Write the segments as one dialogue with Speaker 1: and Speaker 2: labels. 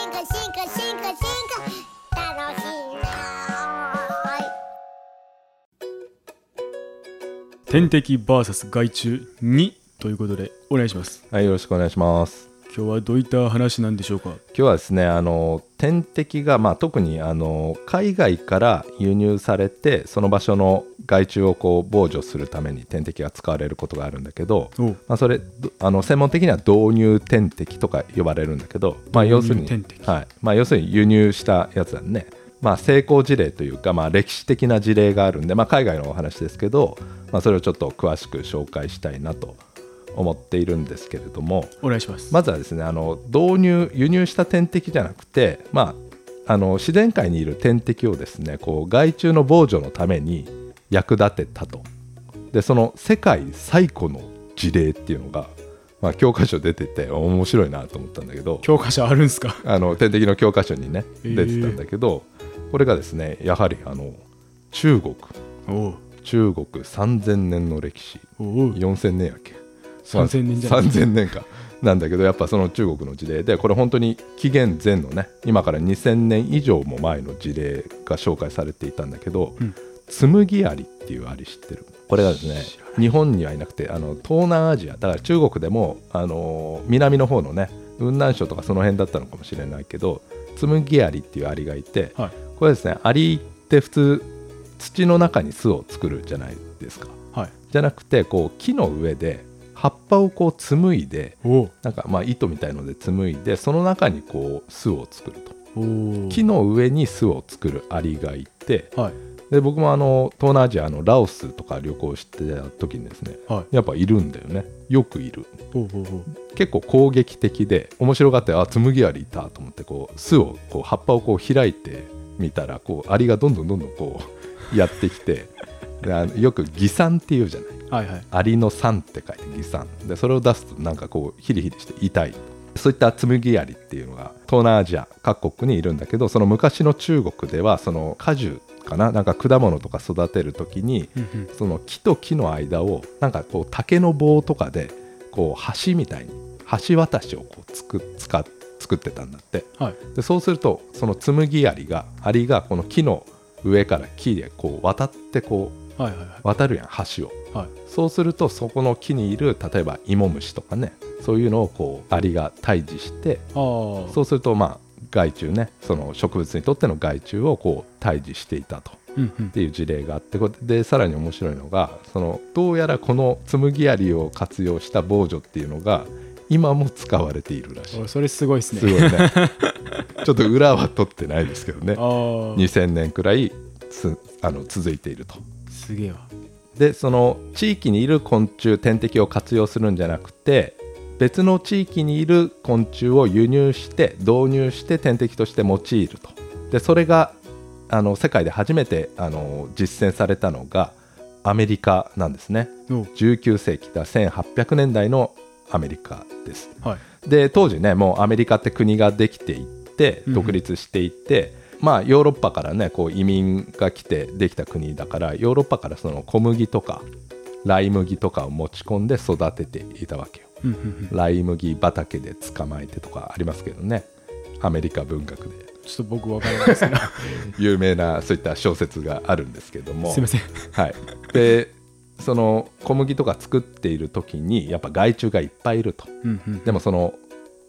Speaker 1: 化進化進化楽しいな
Speaker 2: 天敵 VS 害虫2ということでお願いします
Speaker 3: はい、よろしくお願いします。
Speaker 2: 今日はどういった話なんでしょうか
Speaker 3: 今日はですね、あの天敵が、まあ、特にあの海外から輸入されて、その場所の害虫をこう防除するために天敵が使われることがあるんだけど、
Speaker 2: お
Speaker 3: まあ、それどあの専門的には導入天敵とか呼ばれるんだけど、まあ、要するに
Speaker 2: 導入天敵
Speaker 3: はいまあ、要するに輸入したやつだね、まあ、成功事例というか、まあ、歴史的な事例があるんで、まあ、海外のお話ですけど、まあ、それをちょっと詳しく紹介したいなと思っているんですけれども。
Speaker 2: お願いします、
Speaker 3: まずはですねあの導入輸入した天敵じゃなくて、まあ、あの自然界にいる天敵をですねこう害虫の防除のために役立てたとでその世界最古の事例っていうのが、まあ、教科書出てて面白いなと思ったんだけど
Speaker 2: 教科書あるんすか
Speaker 3: あの天敵の教科書にね
Speaker 2: へえ
Speaker 3: 出てたんだけど、これがですねやはりあの中国
Speaker 2: おう
Speaker 3: 中国3000年の歴史
Speaker 2: おう
Speaker 3: 4000年やっけ
Speaker 2: 3000年じゃない
Speaker 3: 3000年かなんだけどやっぱその中国の事例でこれ本当に紀元前のね今から2000年以上も前の事例が紹介されていたんだけど、
Speaker 2: うん
Speaker 3: つむぎアリっていうアリ知ってるこれがですね
Speaker 2: 知ら
Speaker 3: 日本にはいなくてあの東南アジアだから中国でも、あのー南の方のね雲南省とかその辺だったのかもしれないけどつむぎアリっていうアリがいて
Speaker 2: はい
Speaker 3: これですねアリって普通土の中に巣を作るじゃないですか。
Speaker 2: はい
Speaker 3: じゃなくてこう木の上で葉っぱをこう紡いで
Speaker 2: おう
Speaker 3: なんかまあ糸みたいので紡いでその中にこう巣を作ると
Speaker 2: おう
Speaker 3: 木の上に巣を作るアリがいて
Speaker 2: はい
Speaker 3: で僕もあの東南アジアのラオスとか旅行してた時にですね
Speaker 2: はい
Speaker 3: やっぱいるんだよねよくいる
Speaker 2: おうおうおう
Speaker 3: 結構攻撃的で面白がってあ紬アリいたと思ってこう巣をこう葉っぱをこう開いてみたらこうアリがどんどんどんどんこうやってきてであのよく擬酸っていうじゃない
Speaker 2: はいはい
Speaker 3: アリの酸って書いて偽酸でそれを出すとなんかこうヒリヒリして痛いそういった紬アリっていうのが東南アジア各国にいるんだけどその昔の中国ではその果樹かななんか果物とか育てる時に
Speaker 2: うんうん
Speaker 3: その木と木の間をなんかこう竹の棒とかでこう橋みたいに橋渡しをこうつく使っ作ってたんだって
Speaker 2: はい
Speaker 3: でそうするとその紬アリがアリがこの木の上から木でこう渡ってこう
Speaker 2: はいはいは
Speaker 3: 渡るやん橋を
Speaker 2: いはい
Speaker 3: そうするとそこの木にいる例えばイモムシとかねそういうのをこうアリが退治して
Speaker 2: ああ
Speaker 3: そうするとまあ害虫ねその植物にとっての害虫をこう退治していたと
Speaker 2: うんうん
Speaker 3: っていう事例があってこれでさらに面白いのがそのどうやらこの紬アリを活用した防除っていうのが今も使われているらし
Speaker 2: お
Speaker 3: い
Speaker 2: いそれすごいですね
Speaker 3: すごいねちょっと裏は取ってないですけどね
Speaker 2: あー
Speaker 3: 2000年くらいつあの続いていると
Speaker 2: すげえわ
Speaker 3: でその地域にいる昆虫天敵を活用するんじゃなくて別の地域にいる昆虫を輸入して導入して天敵として用いるとでそれがあの世界で初めてあの実践されたのがアメリカなんですね
Speaker 2: おう
Speaker 3: 19世紀だ1800年代のアメリカです
Speaker 2: はい
Speaker 3: で当時ねもうアメリカって国ができていって
Speaker 2: うん
Speaker 3: 独立していって、まあヨーロッパからねこう移民が来てできた国だからヨーロッパからその小麦とかライ麦とかを持ち込んで育てていたわけよ
Speaker 2: うんうんうん
Speaker 3: ライ麦畑で捕まえてとかありますけどねアメリカ文学で
Speaker 2: ちょっと僕わからないですけ ど
Speaker 3: 有名なそういった小説があるんですけども
Speaker 2: すいません
Speaker 3: はい、でその小麦とか作っている時にやっぱ害虫がいっぱいいると
Speaker 2: うんうん
Speaker 3: でもその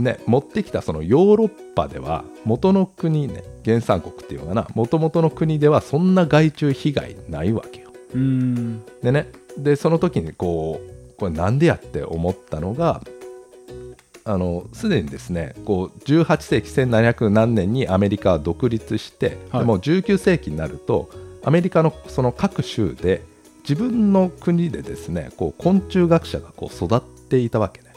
Speaker 3: ね持ってきたそのヨーロッパでは元の国ね原産国っていうのかな元々の国ではそんな害虫被害ないわけよ。
Speaker 2: うーん
Speaker 3: でねでその時にこうこれなんでやって思ったのがあのすでにですねこう18世紀1700何年にアメリカは独立して、
Speaker 2: はい
Speaker 3: でもう19世紀になるとアメリカのその各州で自分の国でですねこう昆虫学者がこう育っていたわけね。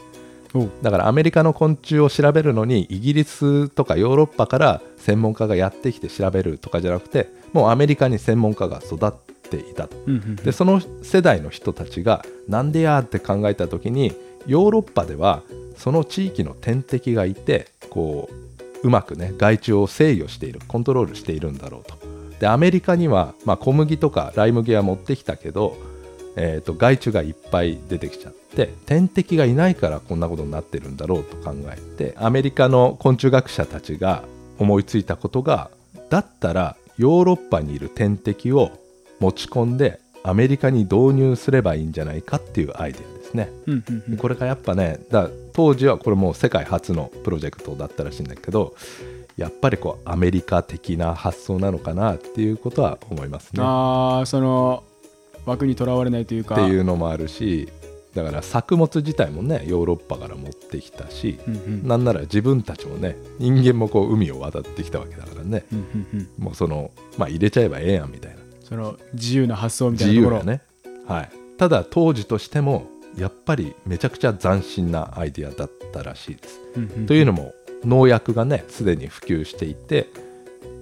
Speaker 2: おう
Speaker 3: だからアメリカの昆虫を調べるのにイギリスとかヨーロッパから専門家がやってきて調べるとかじゃなくてもうアメリカに専門家が育っていたと
Speaker 2: うんうん
Speaker 3: でその世代の人たちがなんでやって考えた時にヨーロッパではその地域の天敵がいてこううまくね害虫を制御しているコントロールしているんだろうとでアメリカには、まあ、小麦とかライ麦は持ってきたけど、えー、と害虫がいっぱい出てきちゃって天敵がいないからこんなことになってるんだろうと考えてアメリカの昆虫学者たちが思いついたことがだったらヨーロッパにいる天敵を持ち込んでアメリカに導入すればいいんじゃないかっていうアイデアですね。
Speaker 2: うんうんうん
Speaker 3: これがやっぱねだ当時はこれもう世界初のプロジェクトだったらしいんだけどやっぱりこうアメリカ的な発想なのかなっていうことは思いますね。
Speaker 2: ああその枠にとらわれないというか
Speaker 3: っていうのもあるしだから作物自体もねヨーロッパから持ってきたし、
Speaker 2: うんうん
Speaker 3: なんなら自分たちもね人間もこう海を渡ってきたわけだからね
Speaker 2: うんうんうん
Speaker 3: もうそのまあ入れちゃえばええやんみたいな
Speaker 2: その自由な発想みたい
Speaker 3: 自
Speaker 2: なと
Speaker 3: 由
Speaker 2: ころ
Speaker 3: なね、はい、ただ当時としてもやっぱりめちゃくちゃ斬新なアイデアだったらしいです、
Speaker 2: うんうん
Speaker 3: というのも農薬がねすでに普及していて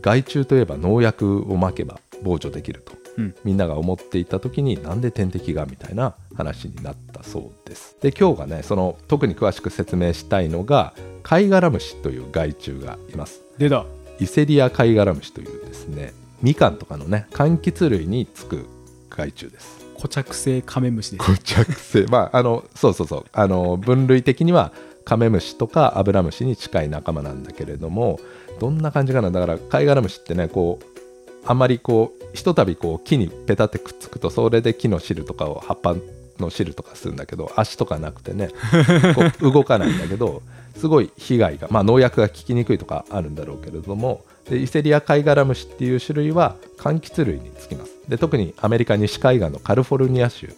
Speaker 3: 害虫といえば農薬をまけば防除できると
Speaker 2: うん
Speaker 3: みんなが思っていた時になんで天敵がみたいな話になったそうですで今日がねその特に詳しく説明したいのがカイガラムシという害虫がいます
Speaker 2: 出た
Speaker 3: イセリアカイガラムシというですねみかんとかのね柑橘類につく害虫です
Speaker 2: 固着性カメムシです
Speaker 3: 固着性まああのそうそうそうあの分類的にはカメムシとかアブラムシに近い仲間なんだけれどもどんな感じかなだからカイガラムシってねこうあんまりこうひとたびこう木にペタってくっつくとそれで木の汁とかを葉っぱの汁とかするんだけど足とかなくてねこう動かないんだけどすごい被害が、まあ、農薬が効きにくいとかあるんだろうけれどもでイセリアカイガラムシっていう種類は柑橘類につきますで特にアメリカ西海岸のカリフォルニア州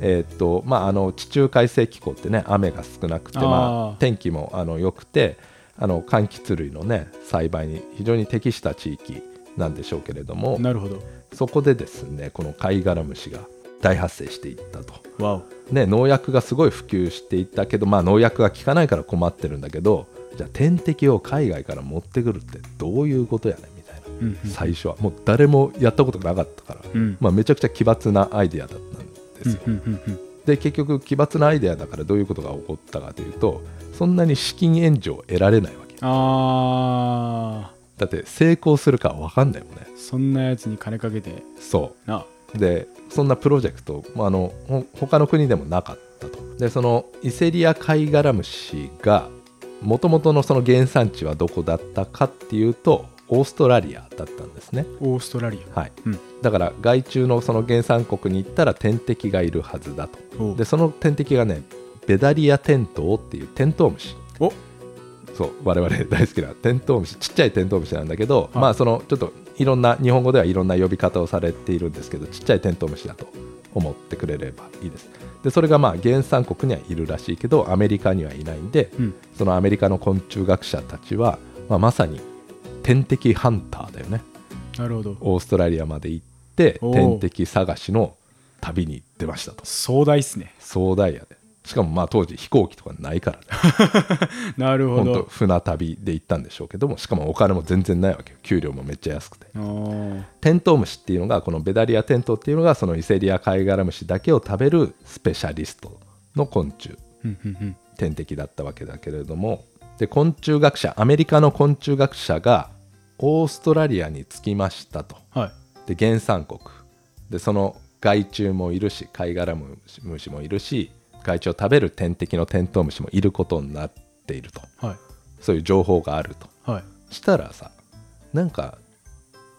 Speaker 3: えーっとまあ、あの地中海性気候ってね雨が少なくて、
Speaker 2: あ
Speaker 3: ま
Speaker 2: ー
Speaker 3: あ、天気もあの良くてあの柑橘類のね栽培に非常に適した地域なんでしょうけれども
Speaker 2: なるほど
Speaker 3: そこでですねこの貝殻虫が大発生していったと。
Speaker 2: わお
Speaker 3: ね、農薬がすごい普及していったけど、まあ、農薬が効かないから困ってるんだけどじゃあ天敵を海外から持ってくるってどういうことやねみたいな、
Speaker 2: うんうん
Speaker 3: 最初はもう誰もやったことがなかったから、
Speaker 2: うん
Speaker 3: まあ、めちゃくちゃ奇抜なアイデアだったんですよ。
Speaker 2: うんうんうん
Speaker 3: で結局奇抜なアイデアだからどういうことが起こったかというとそんなに資金援助を得られないわけ
Speaker 2: あ
Speaker 3: だって成功するか分かんないもんね
Speaker 2: ーそんなやつに金かけて
Speaker 3: そ
Speaker 2: な
Speaker 3: うでそんなプロジェクト、まあ、あのほ他の国でもなかったとでそのイセリアカイガラムシがもともとのその原産地はどこだったかっていうとオーストラリアだったんですね
Speaker 2: オーストラリ
Speaker 3: はい、
Speaker 2: うん
Speaker 3: だから害虫のその原産国に行ったら天敵がいるはずだと
Speaker 2: アお
Speaker 3: でその天敵がねベダリアテントウっていうテントウムシ
Speaker 2: お
Speaker 3: そう我々大好きなテントウムシちっちゃいテントウムシなんだけど、
Speaker 2: はい
Speaker 3: まあそのちょっといろんな日本語ではいろんな呼び方をされているんですけどちっちゃいテントウムシだと思ってくれればいいですでそれがまあ原産国にはいるらしいけどアメリカにはいないんで、
Speaker 2: うん
Speaker 3: そのアメリカの昆虫学者たちは、まあ、まさに天敵ハンターだよね
Speaker 2: なるほど
Speaker 3: オーストラリアまで行って
Speaker 2: おう
Speaker 3: 天敵探しの旅に出ましたと
Speaker 2: 壮大っすね
Speaker 3: 壮大やでしかもまあ当時飛行機とかないからね
Speaker 2: なるほ
Speaker 3: 本当
Speaker 2: ど
Speaker 3: 船旅で行ったんでしょうけどもしかもお金も全然ないわけよ給料もめっちゃ安くて
Speaker 2: あー
Speaker 3: テントウムシっていうのがこのベダリアテントウっていうのがそのイセリアカイガラムシだけを食べるスペシャリストの昆虫
Speaker 2: うんうんうん
Speaker 3: 天敵だったわけだけれどもで昆虫学者アメリカの昆虫学者がオーストラリアに着きましたと
Speaker 2: はい
Speaker 3: で原産国でその害虫もいるし貝殻虫もいるし害虫を食べる天敵のテントウムシもいることになっていると
Speaker 2: はい
Speaker 3: そういう情報があると
Speaker 2: はい
Speaker 3: したらさなんか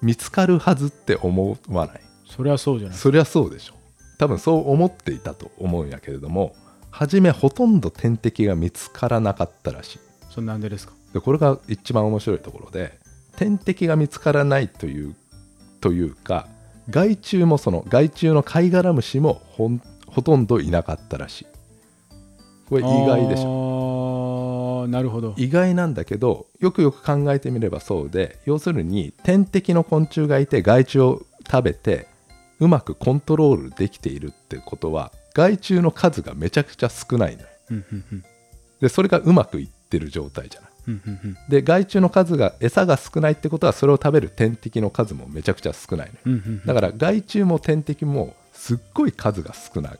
Speaker 3: 見つかるはずって思わない
Speaker 2: そりゃそうじゃない
Speaker 3: そりゃそうでしょ多分そう思っていたと思うんやけれども初めほとんど天敵が見つからなかったらしい
Speaker 2: それなんでですか
Speaker 3: でこれが一番面白いところで天敵が見つからないというというか害虫もその害虫の貝殻虫もほんほとんどいなかったらしいこれ意外でしょ
Speaker 2: ょあーなるほど
Speaker 3: 意外なんだけどよくよく考えてみればそうで要するに天敵の昆虫がいて害虫を食べてうまくコントロールできているってことは害虫の数がめちゃくちゃ少ないのよ
Speaker 2: うんうんうん
Speaker 3: でそれがうまくいってる状態じゃない
Speaker 2: うんうんうん
Speaker 3: で害虫の数が餌が少ないってことはそれを食べる天敵の数もめちゃくちゃ少ないのよ
Speaker 2: うんうんうん
Speaker 3: だから害虫も天敵もすっごい数が少ない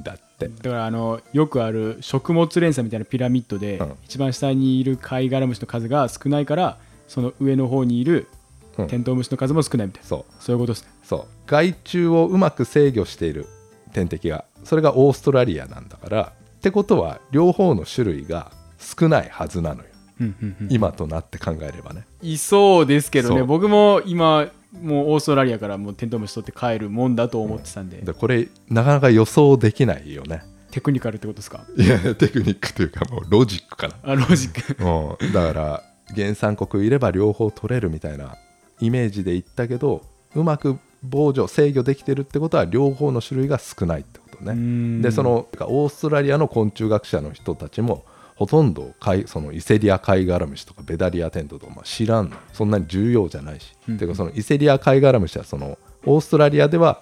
Speaker 3: んだっ
Speaker 2: だ
Speaker 3: て
Speaker 2: からあのよくある食物連鎖みたいなピラミッドで、
Speaker 3: うん
Speaker 2: 一番下にいる貝殻虫の数が少ないからその上の方にいる
Speaker 3: うん
Speaker 2: テントウムシの数も少ないみたいな、
Speaker 3: そう
Speaker 2: そういうことですね
Speaker 3: そう害虫をうまく制御している天敵がそれがオーストラリアなんだからってことは両方の種類が少ないはずなのよ
Speaker 2: うんうんうん
Speaker 3: 今となって考えればね
Speaker 2: いそうですけど
Speaker 3: そ
Speaker 2: ね
Speaker 3: う
Speaker 2: 僕も今もうオーストラリアからもうテントウムシ取って帰るもんだと思ってたんで、
Speaker 3: でこれなかなか予想できないよね
Speaker 2: テクニカルってことですか
Speaker 3: いやテクニックというかもうロジックかな
Speaker 2: あロジック
Speaker 3: うん、だから原産国いれば両方取れるみたいなイメージで言ったけどうまく防除制御できてるってことは両方の種類が少ないってこと
Speaker 2: う
Speaker 3: ね。
Speaker 2: ん
Speaker 3: でそのオーストラリアの昆虫学者の人たちもほとんど貝そのイセリア貝ガラムシとかベダリアテントとか、まあ、知らんのそんなに重要じゃないし、
Speaker 2: うんうん
Speaker 3: ていうかそのイセリア貝ガラムシはそのオーストラリアでは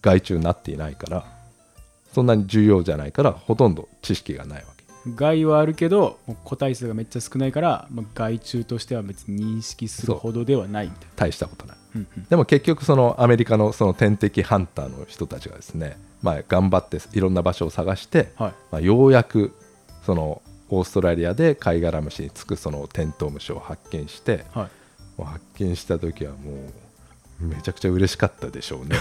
Speaker 3: 害虫になっていないからそんなに重要じゃないからほとんど知識がないわけ。
Speaker 2: 害はあるけどもう個体数がめっちゃ少ないから、まあ、害虫としては別に認識するほどではないみたい
Speaker 3: 大したことない。
Speaker 2: な、うんうん
Speaker 3: でも結局そのアメリカのその天敵ハンターの人たちがですね、まあ、頑張っていろんな場所を探して、
Speaker 2: はい
Speaker 3: まあ、ようやくそのオーストラリアで貝殻虫につくそのテントウムシを発見して
Speaker 2: はい
Speaker 3: もう発見した時はもうめちゃくちゃ嬉しかったでしょう ね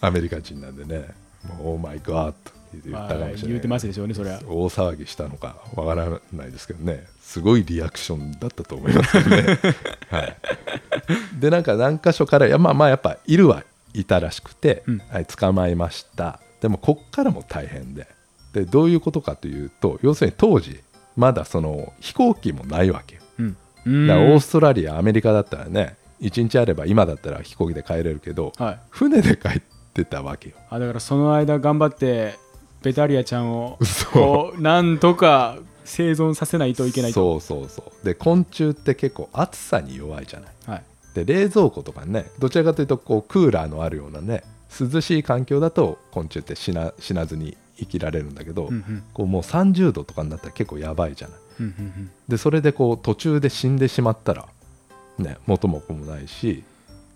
Speaker 3: アメリカ人なんでね「オーマイガー」と言ったかもしれないけど、
Speaker 2: まあ言うてますでしょうねそりゃ
Speaker 3: 大騒ぎしたのかわからないですけどねすごいリアクションだったと思いますけど ね、はい、でなんか何箇所からいやまあまあやっぱいるはいたらしくて、
Speaker 2: うん
Speaker 3: はい、捕まえましたでもこっからも大変ででどういうことかというと要するに当時まだその飛行機もないわけよ
Speaker 2: うん
Speaker 3: だから
Speaker 2: う
Speaker 3: オ
Speaker 2: ん
Speaker 3: ーストラリアアメリカだったらね1日あれば今だったら飛行機で帰れるけど、
Speaker 2: はい
Speaker 3: 船で帰ってたわけよ
Speaker 2: あだからその間頑張ってベタリアちゃんを
Speaker 3: そう
Speaker 2: こうなんとか生存させないといけないと
Speaker 3: そうそうそうで昆虫って結構暑さに弱いじゃない
Speaker 2: はい
Speaker 3: で冷蔵庫とかねどちらかというとこうクーラーのあるようなね涼しい環境だと昆虫って死な死なずに生きられるんだけど、
Speaker 2: うんうん
Speaker 3: こうもう30度とかになったら結構やばいじゃない
Speaker 2: うんうん
Speaker 3: でそれでこう途中で死んでしまったらね元も子もないし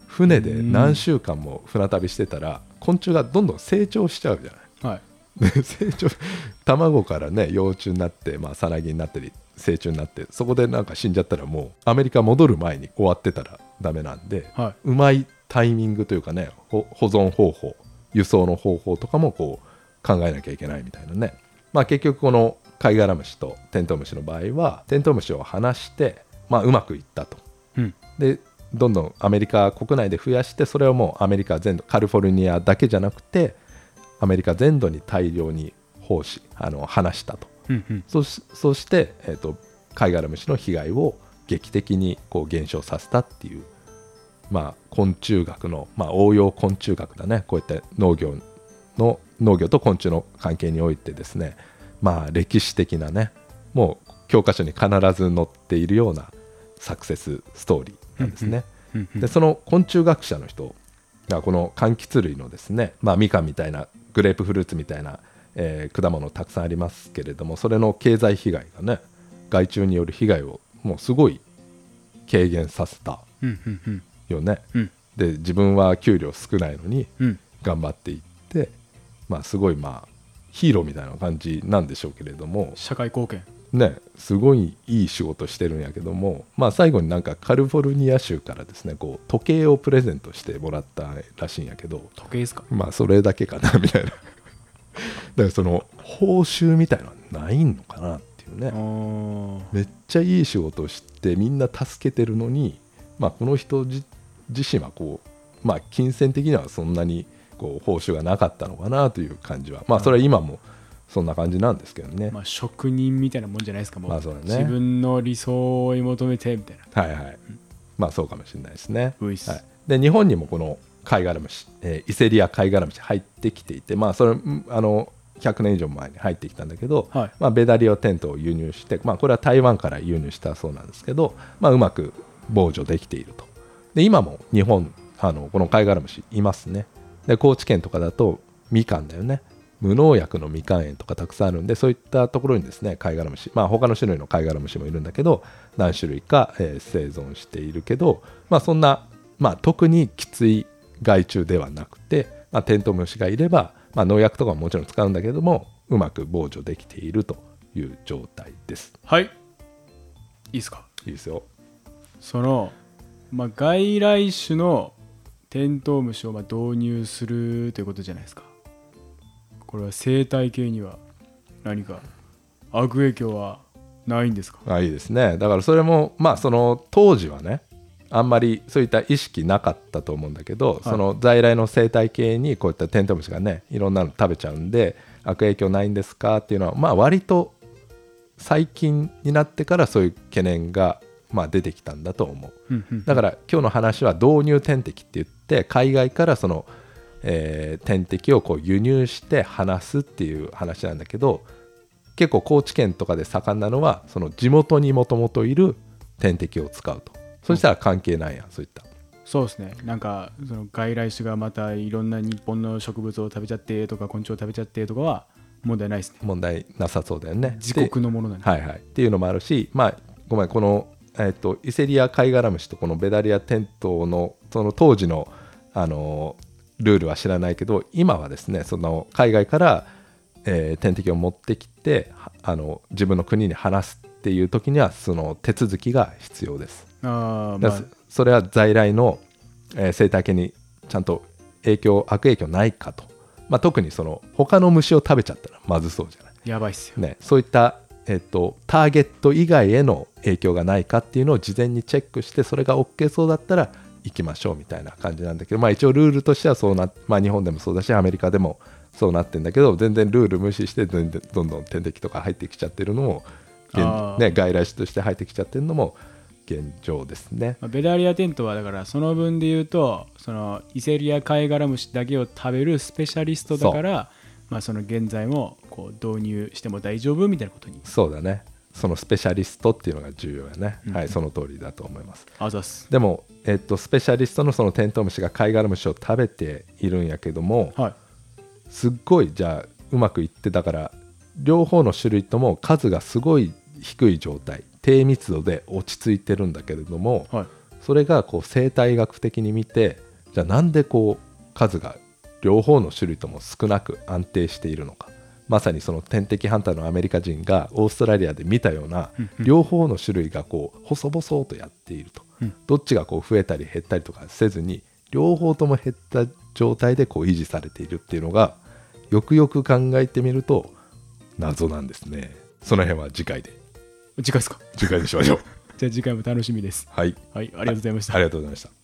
Speaker 3: 船で何週間も船旅してたら昆虫がどんどん成長しちゃうじゃない
Speaker 2: うんはい
Speaker 3: で成長卵からね幼虫になって、まあ、さなぎになったり成虫になってそこでなんか死んじゃったらもうアメリカ戻る前に終わってたらダメなんで、
Speaker 2: は
Speaker 3: うまいタイミングというかねほ保存方法輸送の方法とかもこう考えなきゃいけないみたいなね、まあ、結局この貝殻虫とテントウムシの場合はテントウムシを離して、まあ、うまくいったと
Speaker 2: うん
Speaker 3: でどんどんアメリカ国内で増やしてそれをもうアメリカ全土カリフォルニアだけじゃなくてアメリカ全土に大量に奉仕あの放したと
Speaker 2: うんうん
Speaker 3: そしそして、えー、と貝殻虫の被害を劇的にこう減少させたっていう、まあ、昆虫学の、まあ、応用昆虫学だねこういった農業の農業と昆虫の関係においてですね、まあ、歴史的なねもう教科書に必ず載っているようなサクセスストーリーなんですね。
Speaker 2: うんうん
Speaker 3: でその昆虫学者の人がこの柑橘類のですね、まあ、みかんみたいなグレープフルーツみたいな、えー果物たくさんありますけれどもそれの経済被害がね害虫による被害をもうすごい軽減させた
Speaker 2: うんうんうん
Speaker 3: よね。
Speaker 2: うん
Speaker 3: で自分は給料少ないのに
Speaker 2: うん
Speaker 3: 頑張っていって、まあ、すごいまあヒーローみたいな感じなんでしょうけれども
Speaker 2: 社会貢献
Speaker 3: ね、すごいいい仕事してるんやけども、まあ、最後になんかカリフォルニア州からですねこう時計をプレゼントしてもらったらしいんやけど
Speaker 2: 時計ですか
Speaker 3: まあそれだけかなみたいなだからその報酬みたいなのはないのかなっていう
Speaker 2: あ
Speaker 3: ね
Speaker 2: ー
Speaker 3: めっちゃいい仕事してみんな助けてるのに、まあ、この人じ自身はこう、まあ、金銭的にはそんなにこう報酬がなかったのかなという感じはまあそれは今もそんな感じなんですけどね。
Speaker 2: まあ職人みたいなもんじゃないですかもう,、
Speaker 3: まあそうだね
Speaker 2: 自分の理想を追い求めてみたいな
Speaker 3: はいはい、まあそうかもしれないですね。
Speaker 2: ういっす
Speaker 3: はい、で日本にもこの貝殻虫、えーイセリア貝殻虫入ってきていてまあそれんあの100年以上前に入ってきたんだけど、
Speaker 2: はい
Speaker 3: まあ、ベダリオテントを輸入して、まあ、これは台湾から輸入したそうなんですけど、まあ、うまく防除できているとで今も日本あのこの貝殻虫いますねで高知県とかだとみかんだよね無農薬のみかん園とかたくさんあるんでそういったところにですね貝殻虫まあ他の種類の貝殻虫もいるんだけど何種類か、えー生存しているけどまあそんな、まあ、特にきつい害虫ではなくて、まあ、テントウムシがいれば、まあ、農薬とかももちろん使うんだけどもうまく防除できているという状態です
Speaker 2: はいいいですか
Speaker 3: いいですよ
Speaker 2: その、まあ、外来種のテントウムシをまあ導入するということじゃないですかこれは生態系には何か悪影響はないんですか
Speaker 3: あいいですねだからそれもまあその当時はねあんまりそういった意識なかったと思うんだけど、その在来の生態系にこういったテントウムシがねいろんなの食べちゃうんで悪影響ないんですかっていうのはまあ割と最近になってからそういう懸念が、まあ、出てきたんだと思う。
Speaker 2: うんうん
Speaker 3: だから今日の話は導入点滴って言って海外からその、えー点滴をこう輸入して話すっていう話なんだけど結構高知県とかで盛んなのはその地元にもともといる点滴を使うとそしたら関係ないやん、そういった
Speaker 2: そうですねなんかその外来種がまたいろんな日本の植物を食べちゃってとか昆虫を食べちゃってとかは問題ないですね
Speaker 3: 問題なさそうだよね
Speaker 2: 自国のものなんで、
Speaker 3: はいはい、っていうのもあるし、まあ、ごめんこの、えっとイセリアカイガラムシとこのベダリアテントウのその当時の、あのールールは知らないけど今はですねその海外から、えー天敵を持ってきてはあの自分の国に放すっていう時にはその手続きが必要です。
Speaker 2: ああま
Speaker 3: だか
Speaker 2: あ
Speaker 3: らそそれは在来の、えー生態系にちゃんと影響悪影響ないかと、まあ、特にその他の虫を食べちゃったらまずそうじゃない。
Speaker 2: やばいっすよ、
Speaker 3: ね、そういった、えっとターゲット以外への影響がないかっていうのを事前にチェックしてそれが OK そうだったら行きましょうみたいな感じなんだけど、まあ、一応ルールとしてはそうな、まあ、日本でもそうだしアメリカでもそうなってんだけど全然ルール無視して全然どんどん点滴とか入ってきちゃってるのも現
Speaker 2: あー
Speaker 3: ね、外来種として入ってきちゃってるのも現状ですね。
Speaker 2: まあ、ベダリアテントはだからその分で言うとそのイセリアカイガラムシだけを食べるスペシャリストだからまあその現在もこう導入しても大丈夫みたいなことに
Speaker 3: そうだねそのスペシャリストっていうのが重要やね、はい、その通りだと思います。
Speaker 2: あざっす
Speaker 3: でも、えっと、スペシャリストのそのテントウムシが貝殻虫を食べているんやけども
Speaker 2: はい
Speaker 3: すっごいじゃあうまくいってだから両方の種類とも数がすごい低い状態低密度で落ち着いてるんだけれども、
Speaker 2: はい
Speaker 3: それがこう生態学的に見てじゃあなんでこう数が両方の種類とも少なく安定しているのかまさにその天敵ハンターのアメリカ人がオーストラリアで見たような両方の種類がこう細々とやっていると
Speaker 2: うん
Speaker 3: どっちがこう増えたり減ったりとかせずに両方とも減った状態でこう維持されているっていうのがよくよく考えてみると謎なんですねその辺は次回で
Speaker 2: 次回ですか
Speaker 3: 次回にしましょう
Speaker 2: じゃあ次回も楽しみです
Speaker 3: はい
Speaker 2: はいありがとうございました
Speaker 3: ありがとうございました